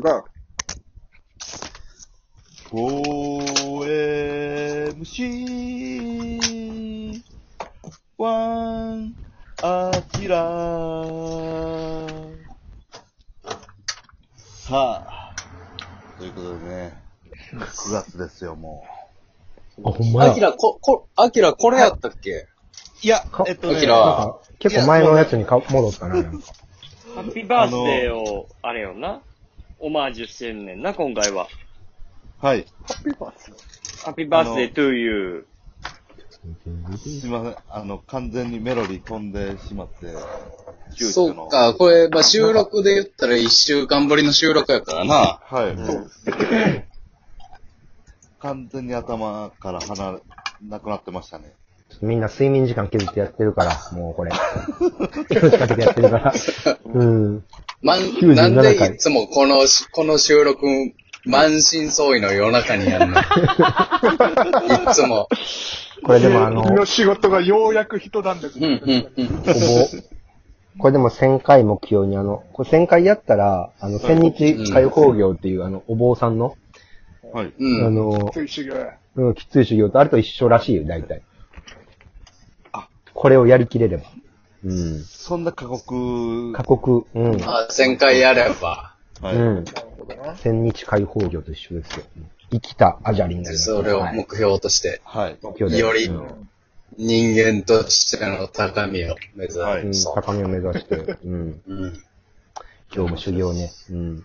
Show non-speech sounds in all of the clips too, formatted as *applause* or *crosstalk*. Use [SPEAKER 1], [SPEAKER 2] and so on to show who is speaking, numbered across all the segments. [SPEAKER 1] が、
[SPEAKER 2] 4MC、ワン、アキラー。さあ、ということでね、9月ですよ、も
[SPEAKER 3] あ、ほんま
[SPEAKER 4] アキ
[SPEAKER 3] や。
[SPEAKER 4] ラ、こ、こ、アキラ、これやったっけ
[SPEAKER 2] う。いや
[SPEAKER 3] か、
[SPEAKER 2] えっとね
[SPEAKER 4] アキ、ラ
[SPEAKER 3] なんか、結構前のやつにか戻ったな。なんか
[SPEAKER 5] ハッピーバースデーを、あれよな、オマージュしてんねんな、今回は。
[SPEAKER 2] はい、
[SPEAKER 5] ハッピーバースデートゥーユ
[SPEAKER 2] すいません、あの、完全にメロディー飛んでしまって、急
[SPEAKER 4] そ
[SPEAKER 2] 遽
[SPEAKER 4] う
[SPEAKER 2] の。
[SPEAKER 4] か、これ、まあ、収録で言ったら一週間ぶりの収録やからな。
[SPEAKER 2] はい。完全に頭から離れ、なくなってましたね。
[SPEAKER 3] みんな睡眠時間削ってやってるから、もうこれ。削りかけてやってるから。うん。
[SPEAKER 4] まん、
[SPEAKER 3] 97
[SPEAKER 4] なんで
[SPEAKER 3] 回
[SPEAKER 4] いつもこのし、この収録、満身創痍の夜中にや
[SPEAKER 3] *laughs*
[SPEAKER 4] るのいつも。
[SPEAKER 3] これでもあの、
[SPEAKER 6] 君の仕事がようやく人なんです
[SPEAKER 4] うん、う
[SPEAKER 6] ね。
[SPEAKER 4] ん、うん。
[SPEAKER 3] ほぼ、これでも1000回目標にあの、これ1000回やったら、あの、千日海工業っていうあの、お坊さんの、
[SPEAKER 2] はい。
[SPEAKER 3] あ
[SPEAKER 4] うん。
[SPEAKER 3] の、
[SPEAKER 6] つい修行や。
[SPEAKER 3] うん、きつい修行とあれと一緒らしいよ、大体。これをやりきれれば。うん。
[SPEAKER 2] そんな過酷、
[SPEAKER 3] 過酷、うん。
[SPEAKER 4] まあ、1000回やれば、
[SPEAKER 2] はい。
[SPEAKER 3] うん。千日解放業と一緒ですよ。生きたアジャリになります。
[SPEAKER 4] それを
[SPEAKER 3] はい
[SPEAKER 4] 目標として、
[SPEAKER 2] はい。
[SPEAKER 3] 目標で。
[SPEAKER 4] より
[SPEAKER 3] うん
[SPEAKER 4] 人間としての高みを目指
[SPEAKER 2] はい
[SPEAKER 3] うん
[SPEAKER 4] そう。
[SPEAKER 3] 高みを目指し
[SPEAKER 4] *laughs*
[SPEAKER 3] て、うん。
[SPEAKER 4] うん。
[SPEAKER 3] 今日も修行ね。うん。どう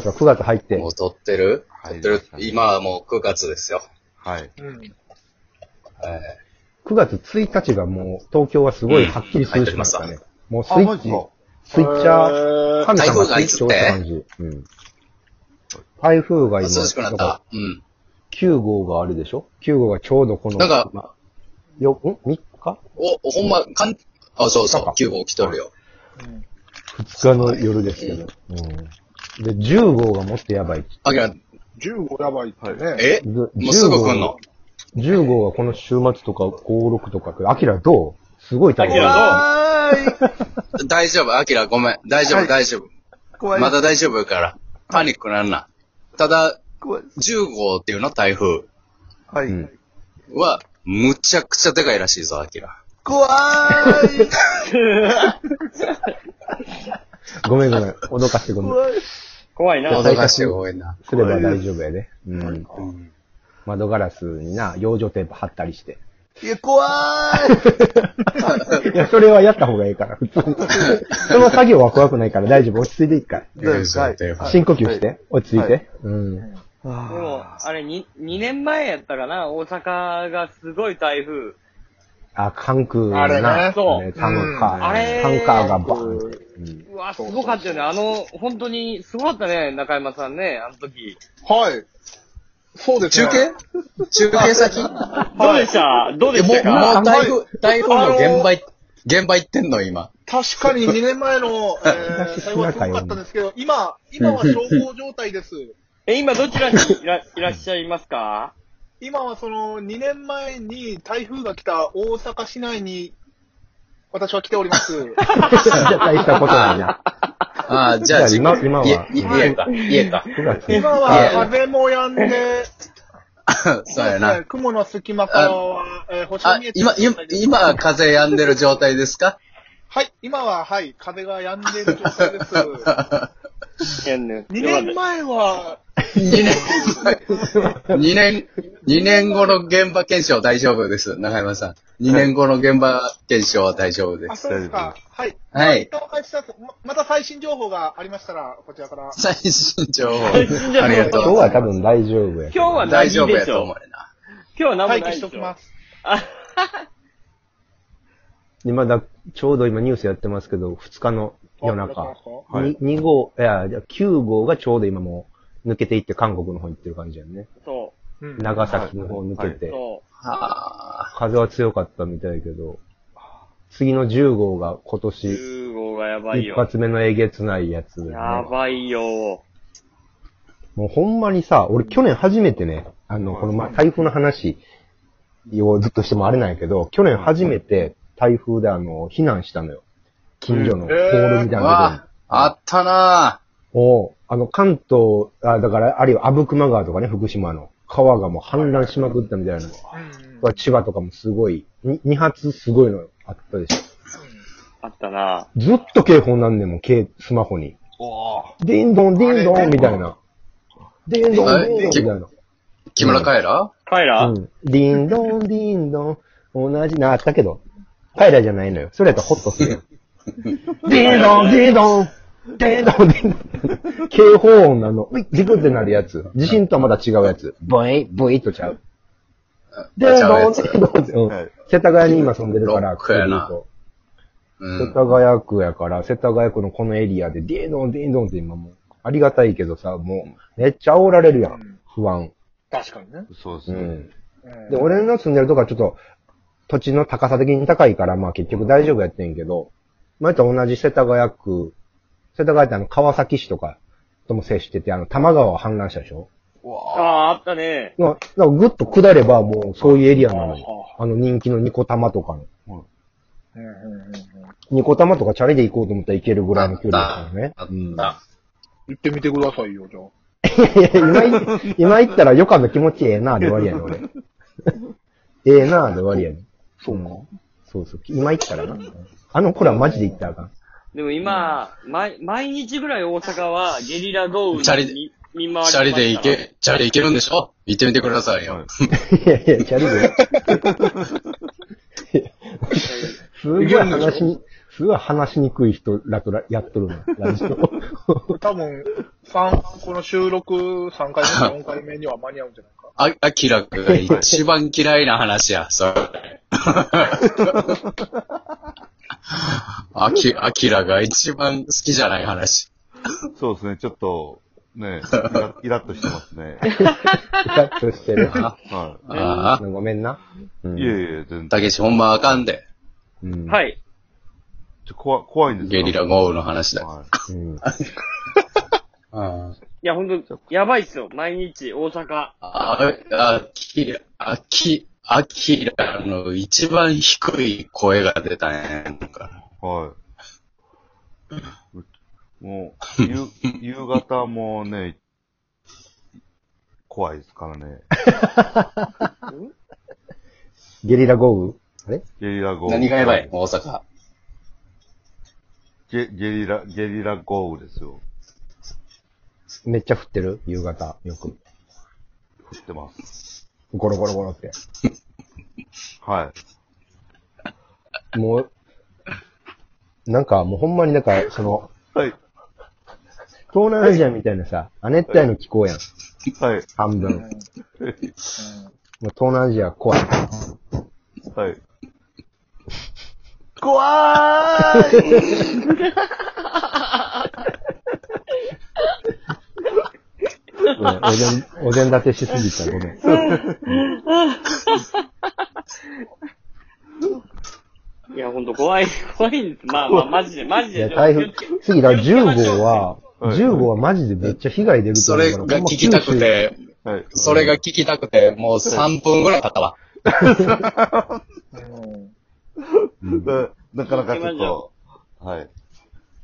[SPEAKER 3] ですか ?9 月入って。
[SPEAKER 4] もう撮ってる
[SPEAKER 2] は
[SPEAKER 4] 撮っ
[SPEAKER 2] い
[SPEAKER 4] てる。今はもう9月ですよ。
[SPEAKER 2] はい。
[SPEAKER 6] うん。
[SPEAKER 4] はい。
[SPEAKER 3] 9月1日がもう、東京はすごいはっきり涼しかったね。もうスイ
[SPEAKER 2] あマ
[SPEAKER 3] ッ
[SPEAKER 2] ジ
[SPEAKER 3] チ
[SPEAKER 2] か、
[SPEAKER 3] スイッチャー、
[SPEAKER 6] ー
[SPEAKER 3] 神様がスイッチを押した感じ。うん。台風が
[SPEAKER 4] 涼
[SPEAKER 3] 今、
[SPEAKER 4] しくなった。うん。
[SPEAKER 3] 9号があるでしょ ?9 号がちょうどこの、
[SPEAKER 4] なんか
[SPEAKER 3] まあよ、ん ?3 日
[SPEAKER 4] お、ほんま、かん、あ、そうそう、9号来とるよ。
[SPEAKER 3] ?2 日の夜ですけど。うん。で、10号がもっとやばい。
[SPEAKER 4] あきら、
[SPEAKER 6] 15やばいってね。
[SPEAKER 4] え
[SPEAKER 3] ず
[SPEAKER 4] もうすぐ来んの
[SPEAKER 3] 10号はこの週末とか5、6とか来る、アキラどうすごい大変。
[SPEAKER 5] アキラどう
[SPEAKER 4] 大丈夫、あきら、ごめん。大丈夫、大丈夫。まだ大丈夫やから。パニックなんな。ただ、10号っていうの台風
[SPEAKER 2] はい。
[SPEAKER 3] うん
[SPEAKER 4] は、むちゃくちゃでかいらしいぞ、あきら。
[SPEAKER 2] 怖い
[SPEAKER 3] ごめんごめん。脅かしてごめん。
[SPEAKER 5] ー。怖いな。
[SPEAKER 4] 脅かしてごめんな。
[SPEAKER 3] すれば大丈夫やで。うん。窓ガラスにな、養生テープ貼ったりして。
[SPEAKER 2] いや、怖
[SPEAKER 3] いや、それはやった方がいいから、普通に。その作業は怖くないから大丈夫。落ち着いていいから。
[SPEAKER 2] いはい。
[SPEAKER 3] 深呼吸して。落ち着い
[SPEAKER 2] は
[SPEAKER 3] て。うん。
[SPEAKER 5] でも、あれ、に、2年前やったかな、大阪がすごい台風。
[SPEAKER 3] あ、関空
[SPEAKER 6] あれ
[SPEAKER 3] な
[SPEAKER 6] ね。
[SPEAKER 5] そう
[SPEAKER 3] タンカ
[SPEAKER 5] うん
[SPEAKER 3] ー。
[SPEAKER 5] あれ
[SPEAKER 3] タンカーがバーンって。
[SPEAKER 5] うわ、すごかったよね。あの、本当に、すごかったね、中山さんね、あの時。
[SPEAKER 6] はい。そうです
[SPEAKER 4] 中
[SPEAKER 6] ね。
[SPEAKER 4] 継中継先え、も
[SPEAKER 5] どうでしたどうで
[SPEAKER 4] う、も
[SPEAKER 5] した
[SPEAKER 4] う
[SPEAKER 5] か
[SPEAKER 4] 台風、台風の現場い、現場行ってんの、今。
[SPEAKER 6] 確かに2年
[SPEAKER 4] *laughs*
[SPEAKER 6] 前の、えー、
[SPEAKER 3] 私
[SPEAKER 6] 台湾はすごかったんですけど、今、今は小康状態です。
[SPEAKER 5] え、今どちらにいらいらっしゃいますか
[SPEAKER 6] 今はその2年前に台風が来た大阪市内に、私は来てお
[SPEAKER 4] *laughs*
[SPEAKER 6] ります。
[SPEAKER 3] *laughs* 大したことないな。
[SPEAKER 4] ああ、じゃあ、
[SPEAKER 3] じゃあ今今は
[SPEAKER 4] 家家か、家か。
[SPEAKER 3] 9月
[SPEAKER 6] 今は風も止んで、
[SPEAKER 4] *laughs* そうやな
[SPEAKER 6] えー。雲の隙間からは、えー星が
[SPEAKER 4] あ
[SPEAKER 6] 見え、てる
[SPEAKER 4] 今、今、今は風止んでる状態ですか
[SPEAKER 6] はい、今は、はい、風が止んでいる状態
[SPEAKER 4] *laughs*
[SPEAKER 6] です。2
[SPEAKER 5] いやね
[SPEAKER 6] 年前は、
[SPEAKER 4] ?2 年前。2年、二年後の現場検証大丈夫です。中山さん。2年後の現場検証は大丈夫で
[SPEAKER 6] あ、
[SPEAKER 4] す。
[SPEAKER 6] そうですか。はい。
[SPEAKER 4] はい。
[SPEAKER 6] またまた最新情報がありましたら、こちらから。
[SPEAKER 4] 最新情報。
[SPEAKER 5] 最新情報
[SPEAKER 4] ありがと
[SPEAKER 3] 今
[SPEAKER 4] う
[SPEAKER 3] 日
[SPEAKER 4] ござ
[SPEAKER 3] はい
[SPEAKER 4] ま
[SPEAKER 3] 多分大丈夫や
[SPEAKER 5] 今日は
[SPEAKER 4] す。大
[SPEAKER 5] 何
[SPEAKER 4] 丈夫
[SPEAKER 5] で
[SPEAKER 4] や
[SPEAKER 5] し
[SPEAKER 4] と
[SPEAKER 5] ょう
[SPEAKER 4] 思うよな。
[SPEAKER 5] 今日は何も
[SPEAKER 6] 待
[SPEAKER 5] な
[SPEAKER 6] 機
[SPEAKER 5] い
[SPEAKER 6] し
[SPEAKER 5] で
[SPEAKER 6] と
[SPEAKER 5] し
[SPEAKER 6] き
[SPEAKER 5] ょ
[SPEAKER 6] ます。
[SPEAKER 5] あ
[SPEAKER 3] でまだ、ちょうど今ニュースやってますけど、2日の夜中。
[SPEAKER 2] あはい
[SPEAKER 3] に2号、いや、じゃあ9号がちょうど今もう抜けていって韓国の方に行ってる感じやんね。
[SPEAKER 5] そ
[SPEAKER 6] うん
[SPEAKER 3] 長崎の方抜け
[SPEAKER 5] う、
[SPEAKER 3] て。
[SPEAKER 5] そ
[SPEAKER 4] はあ。
[SPEAKER 3] 風は強かったみたいやけど、次の10号が今
[SPEAKER 5] う。
[SPEAKER 3] 年、
[SPEAKER 5] 10号がやばい
[SPEAKER 3] 一
[SPEAKER 5] よ。
[SPEAKER 3] 発目のえげつないやつでね、
[SPEAKER 5] やばいよ。
[SPEAKER 3] もうほんまにさ、俺去年初めてね、あの、このま、台風の話をずっとしてもあれなんやけど、去年初めて台風であの、避難したのよ。近所のホールみたいなところに
[SPEAKER 4] わあ、あったな
[SPEAKER 3] おうあの、関東、あだから、あるいは阿武隈川とかね、福島の川がもう氾濫しまくったみたいな。
[SPEAKER 6] うん
[SPEAKER 3] 千葉とかもすごい、に二発すごいのあったでしょ。
[SPEAKER 5] あったな。
[SPEAKER 3] ずっと警報なんでも、けスマホに。
[SPEAKER 2] おぉ。
[SPEAKER 3] デンドン、デンド
[SPEAKER 6] あれ
[SPEAKER 3] ン、みたいな。デンドン、
[SPEAKER 4] あれ
[SPEAKER 3] デンドン、みたいな。
[SPEAKER 4] 木村カエラ
[SPEAKER 5] カイラ、
[SPEAKER 3] うん。ディンドン、ディンドン。同じな、あったけど。カイラじゃないのよ。それやったらホッとす *laughs* るよ。ディンドン、ディンドン、ディンドン、ディンドン。警報音なの。ウィッ、ビクってなるやつ。地震とはまた違うやつ。ボイ、ボイっとちゃう。ディンドン、ディンドンって。うん。世田谷に今住んでるから、
[SPEAKER 4] ロックやな
[SPEAKER 3] ここ
[SPEAKER 4] う
[SPEAKER 3] で
[SPEAKER 4] ん
[SPEAKER 3] 言うと世田谷区やから、世田谷区のこのエリアで、ディンドン、ディンドンって今もう、ありがたいけどさ、もう、めっちゃ煽られるやん。不安。
[SPEAKER 6] 確かにね。
[SPEAKER 2] そうです
[SPEAKER 3] う
[SPEAKER 2] ね。
[SPEAKER 3] ん。
[SPEAKER 6] うん
[SPEAKER 3] で、俺の住んでるとこはちょっと、土地の高さ的に高いから、まあ結局大丈夫やってんけど、前と同じ世田谷区、世田谷ってあの川崎市とかとも接してて、あの多摩川は氾濫したでしょ
[SPEAKER 5] ああ、あったね。
[SPEAKER 3] まあ、だからぐっと下ればもうそういうエリアなのよ
[SPEAKER 6] あ。
[SPEAKER 3] あの人気のニコ玉とかの。
[SPEAKER 6] うんうんうんうん
[SPEAKER 3] ニコ玉とかチャリで行こうと思ったら行けるぐらいの距離だから
[SPEAKER 6] *laughs*
[SPEAKER 3] ね。
[SPEAKER 4] あっ
[SPEAKER 3] うん
[SPEAKER 4] た。
[SPEAKER 6] 行ってみてくださいよ、じゃあ。
[SPEAKER 3] いやいや、今い、今行ったらよかった気持ちええな、で終わりやねん、俺。 *laughs* ええな、で終わりやねん。
[SPEAKER 6] そうか。
[SPEAKER 3] そうそう。今行ったらな。あの頃はマジで行ったらあかん。
[SPEAKER 5] でも今、毎毎日ぐらい大阪はゲリラ豪雨に
[SPEAKER 4] チャリで
[SPEAKER 5] 見見舞われて
[SPEAKER 4] チャリで
[SPEAKER 5] い
[SPEAKER 4] 行け、チャリで行けるんでしょ行ってみてくださいよ。
[SPEAKER 3] いやいや、チャリで。すごい話しに、すごい話しにくい人らとらやっとるな、ラジオ。
[SPEAKER 6] これ多分、三、この収録3回
[SPEAKER 5] *laughs*
[SPEAKER 6] 目、4回目には間に合うんじゃないか。
[SPEAKER 4] あ、あきらくが一番嫌いな話や、それ。あき、あきらが一番好きじゃない話。
[SPEAKER 2] そうですね、ちょっと、ね、イラ *laughs* イラッとしてますね。
[SPEAKER 3] イラッとしてる。
[SPEAKER 2] は
[SPEAKER 4] ああ。
[SPEAKER 3] ごめんな。うん
[SPEAKER 2] い。いえいえ、全然。
[SPEAKER 4] たけしほんまあかんで。
[SPEAKER 3] うん
[SPEAKER 5] はい。
[SPEAKER 2] ちょ怖怖いんです
[SPEAKER 4] ゲリラ豪雨の話だ。
[SPEAKER 2] は
[SPEAKER 3] うん
[SPEAKER 4] あ
[SPEAKER 5] いや、ほんと、やばいっすよ。毎日大阪。
[SPEAKER 4] あ、あきら、あき、あきらの一番低い声が出たね。なんか
[SPEAKER 2] い。はい。もう、
[SPEAKER 4] *laughs*
[SPEAKER 2] 夕、夕方もね、怖いですからね。
[SPEAKER 3] ゲリラ豪雨あれ
[SPEAKER 2] ゲリラ豪雨。
[SPEAKER 4] 何がやばい大阪。
[SPEAKER 2] ゲゲリラ、ゲリラ豪雨ですよ。
[SPEAKER 3] めっちゃ降ってる夕方、よく。
[SPEAKER 2] 降ってます。
[SPEAKER 3] ゴロゴロゴロって。
[SPEAKER 2] はい。
[SPEAKER 3] もう、なんかもうほんまになんか、その、
[SPEAKER 2] はい。
[SPEAKER 3] 東南アジアみたいなさ、亜熱帯の気候やん。
[SPEAKER 2] はい。
[SPEAKER 3] 半分。もう東南アジア怖い。
[SPEAKER 2] はい。
[SPEAKER 3] うんお膳お膳立てしすぎた、ごめん。
[SPEAKER 5] いや、ほんと怖い、 *laughs* 怖いんです。まあまあ、マジで、マジ
[SPEAKER 3] い
[SPEAKER 5] で。
[SPEAKER 3] や、台風、次だ、10号は、
[SPEAKER 2] はい
[SPEAKER 3] 10号はマジでめっちゃ被害出ると
[SPEAKER 4] そ
[SPEAKER 3] 思う
[SPEAKER 4] れ
[SPEAKER 3] から
[SPEAKER 4] が聞きたく。て、
[SPEAKER 2] はい。
[SPEAKER 4] それが聞きたくて、もう3分ぐらい経ったわ。
[SPEAKER 6] うん。
[SPEAKER 2] ななかなかちょっと、はい。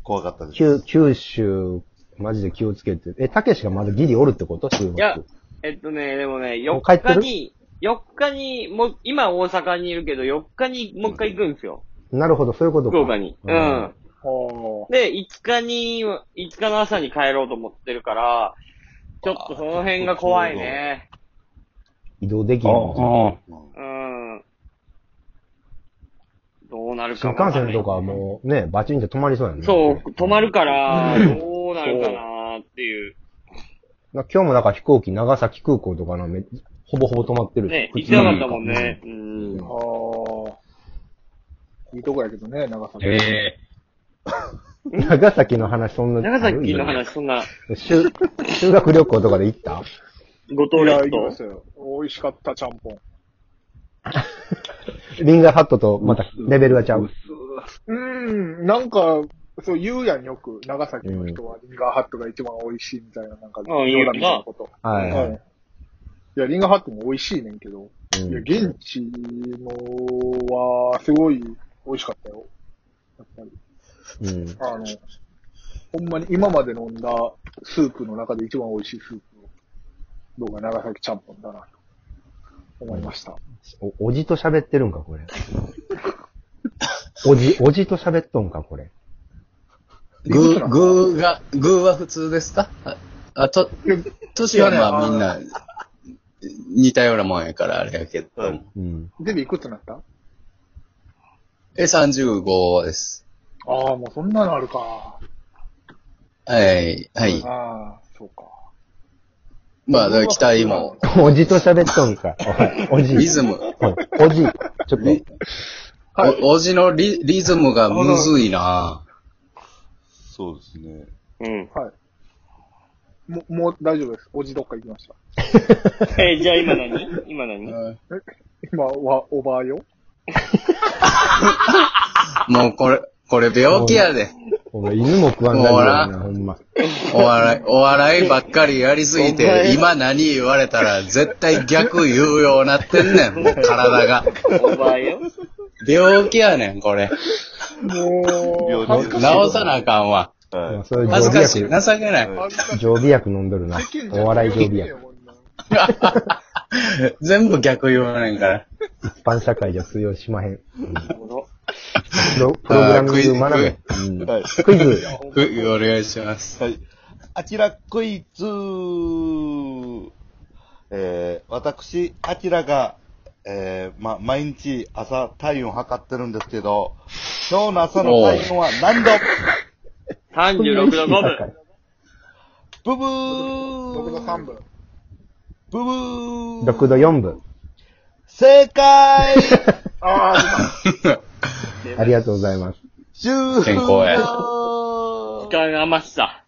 [SPEAKER 2] 怖かったです。
[SPEAKER 3] 九州九州、マジで気をつけて。え、たけしがまだギリおるってこと中国。
[SPEAKER 5] いやえっとね、でもね、
[SPEAKER 3] も
[SPEAKER 5] 4
[SPEAKER 3] う帰って
[SPEAKER 5] 日
[SPEAKER 3] る
[SPEAKER 5] に、4日に、もう、今大阪にいるけど、4日にもう一回行くんですよ。
[SPEAKER 3] なるほど、そういうことか。
[SPEAKER 5] 福岡に。う
[SPEAKER 3] うん
[SPEAKER 5] ん。で、5日に、5日の朝に帰ろうと思ってるから、ちょっとその辺が怖いね。
[SPEAKER 3] 移動できるの
[SPEAKER 5] うん。どうなるか
[SPEAKER 3] 新
[SPEAKER 5] わかん
[SPEAKER 3] 幹
[SPEAKER 5] ない
[SPEAKER 3] 線とかはもうね、バチンって止まりそうやんね。
[SPEAKER 5] そう、止まるから、どうなるかなーっていう。
[SPEAKER 3] な今日もだから飛行機、長崎空港とかのめほぼほぼ止まってるし。
[SPEAKER 5] ね、
[SPEAKER 3] 普
[SPEAKER 5] 行っ
[SPEAKER 3] 通
[SPEAKER 5] て
[SPEAKER 3] に
[SPEAKER 5] なかったもんね。うん。
[SPEAKER 6] ああ。いいとこやけどね、長崎。
[SPEAKER 4] ええ
[SPEAKER 3] *laughs* 長崎の話、そんな。
[SPEAKER 5] 長崎の話、そんな、
[SPEAKER 3] 修修学旅行とかで行った
[SPEAKER 5] 五島
[SPEAKER 6] いや、
[SPEAKER 5] 列
[SPEAKER 6] いきま
[SPEAKER 5] 島
[SPEAKER 6] す。よ。美味しかった、ちゃんぽん。
[SPEAKER 3] リンガーハットとまたレベルがちゃう。
[SPEAKER 6] うん、なんか、そう言うやん、よく。長崎の人は、リンガーハットが一番美味しいみたいな、なんか、
[SPEAKER 5] うん言うよな
[SPEAKER 6] みたいなこと。
[SPEAKER 3] はいはい。
[SPEAKER 6] いや、リンガーハットも美味しいねんけど、
[SPEAKER 3] うん
[SPEAKER 6] いや、現地のは、すごい美味しかったよ。やっぱり。
[SPEAKER 3] うん。
[SPEAKER 6] あの、ほんまに今まで飲んだスープの中で一番美味しいスープの動画、長崎ちゃんぽんだな、と思いました。
[SPEAKER 3] お、おじと喋ってるんか、これ。 *laughs* おじ、おじと喋っとんか、これ。
[SPEAKER 4] グー、グーが、グーは普通ですかああ、と、年はまあみんな、似たようなもんやからあれやけど。
[SPEAKER 2] はい
[SPEAKER 3] うん。 *laughs*
[SPEAKER 6] デビいくつになった
[SPEAKER 4] え、35です。
[SPEAKER 6] ああ、もうそんなのあるか。
[SPEAKER 4] はい、はい。
[SPEAKER 6] ああ、そうか。
[SPEAKER 4] まあ、だから期待も、
[SPEAKER 3] おじと喋っとんか。おいおじ。
[SPEAKER 4] リズム。
[SPEAKER 3] おいおじ。ちょっと。
[SPEAKER 4] お、おじのリリズムがむずいな
[SPEAKER 2] そうですね。
[SPEAKER 5] うん。
[SPEAKER 6] もう、もう大丈夫です。おじどっか行きました。
[SPEAKER 5] えーじゃあ今何今何
[SPEAKER 6] 今は、おばあよ。
[SPEAKER 4] もうこれ、これ病気やで。
[SPEAKER 3] お前、犬も食わんなりやな、ほんま。
[SPEAKER 4] お笑い、お笑いばっかりやりすぎ
[SPEAKER 5] お前
[SPEAKER 4] て、今何言われたら絶対逆言うようなってんねん、もう体が。
[SPEAKER 5] おば
[SPEAKER 3] *laughs*
[SPEAKER 5] あよ。
[SPEAKER 4] 病気やねん、これ。
[SPEAKER 6] もう、
[SPEAKER 2] 病
[SPEAKER 6] 恥
[SPEAKER 2] 気です
[SPEAKER 6] ずかしいわ。
[SPEAKER 4] 直さなあかんわ。
[SPEAKER 2] は
[SPEAKER 3] そういう
[SPEAKER 4] 恥ず
[SPEAKER 3] 常備
[SPEAKER 4] かしい。情
[SPEAKER 3] 薬、
[SPEAKER 4] け *laughs* ない。
[SPEAKER 6] 恥ずかしい
[SPEAKER 3] 常備薬飲んどるな
[SPEAKER 6] 世間。じゃ
[SPEAKER 3] お笑い常備
[SPEAKER 6] 世間や
[SPEAKER 3] 薬。
[SPEAKER 6] もんな
[SPEAKER 4] 全部逆言わねんから。
[SPEAKER 3] 一般社会じゃ通用しまへん。うん
[SPEAKER 5] おもろ
[SPEAKER 3] プロプログラミング学べ。うん
[SPEAKER 2] い。はい。
[SPEAKER 3] クイズ。
[SPEAKER 4] ふお願いし *laughs* ます。
[SPEAKER 2] はい。アキラクイズえー、私、アキラが、えー、ま、毎日朝体温測ってるんですけど、今日の朝の体温は何度
[SPEAKER 5] 36度5分。
[SPEAKER 2] ブブ
[SPEAKER 6] 僕の
[SPEAKER 2] ー
[SPEAKER 6] 3分。
[SPEAKER 2] ブブー
[SPEAKER 3] 6度4分。
[SPEAKER 2] 正解
[SPEAKER 6] ああ、出た
[SPEAKER 3] ありがとうございます。
[SPEAKER 2] 終了
[SPEAKER 4] 健康や
[SPEAKER 5] 時間余した。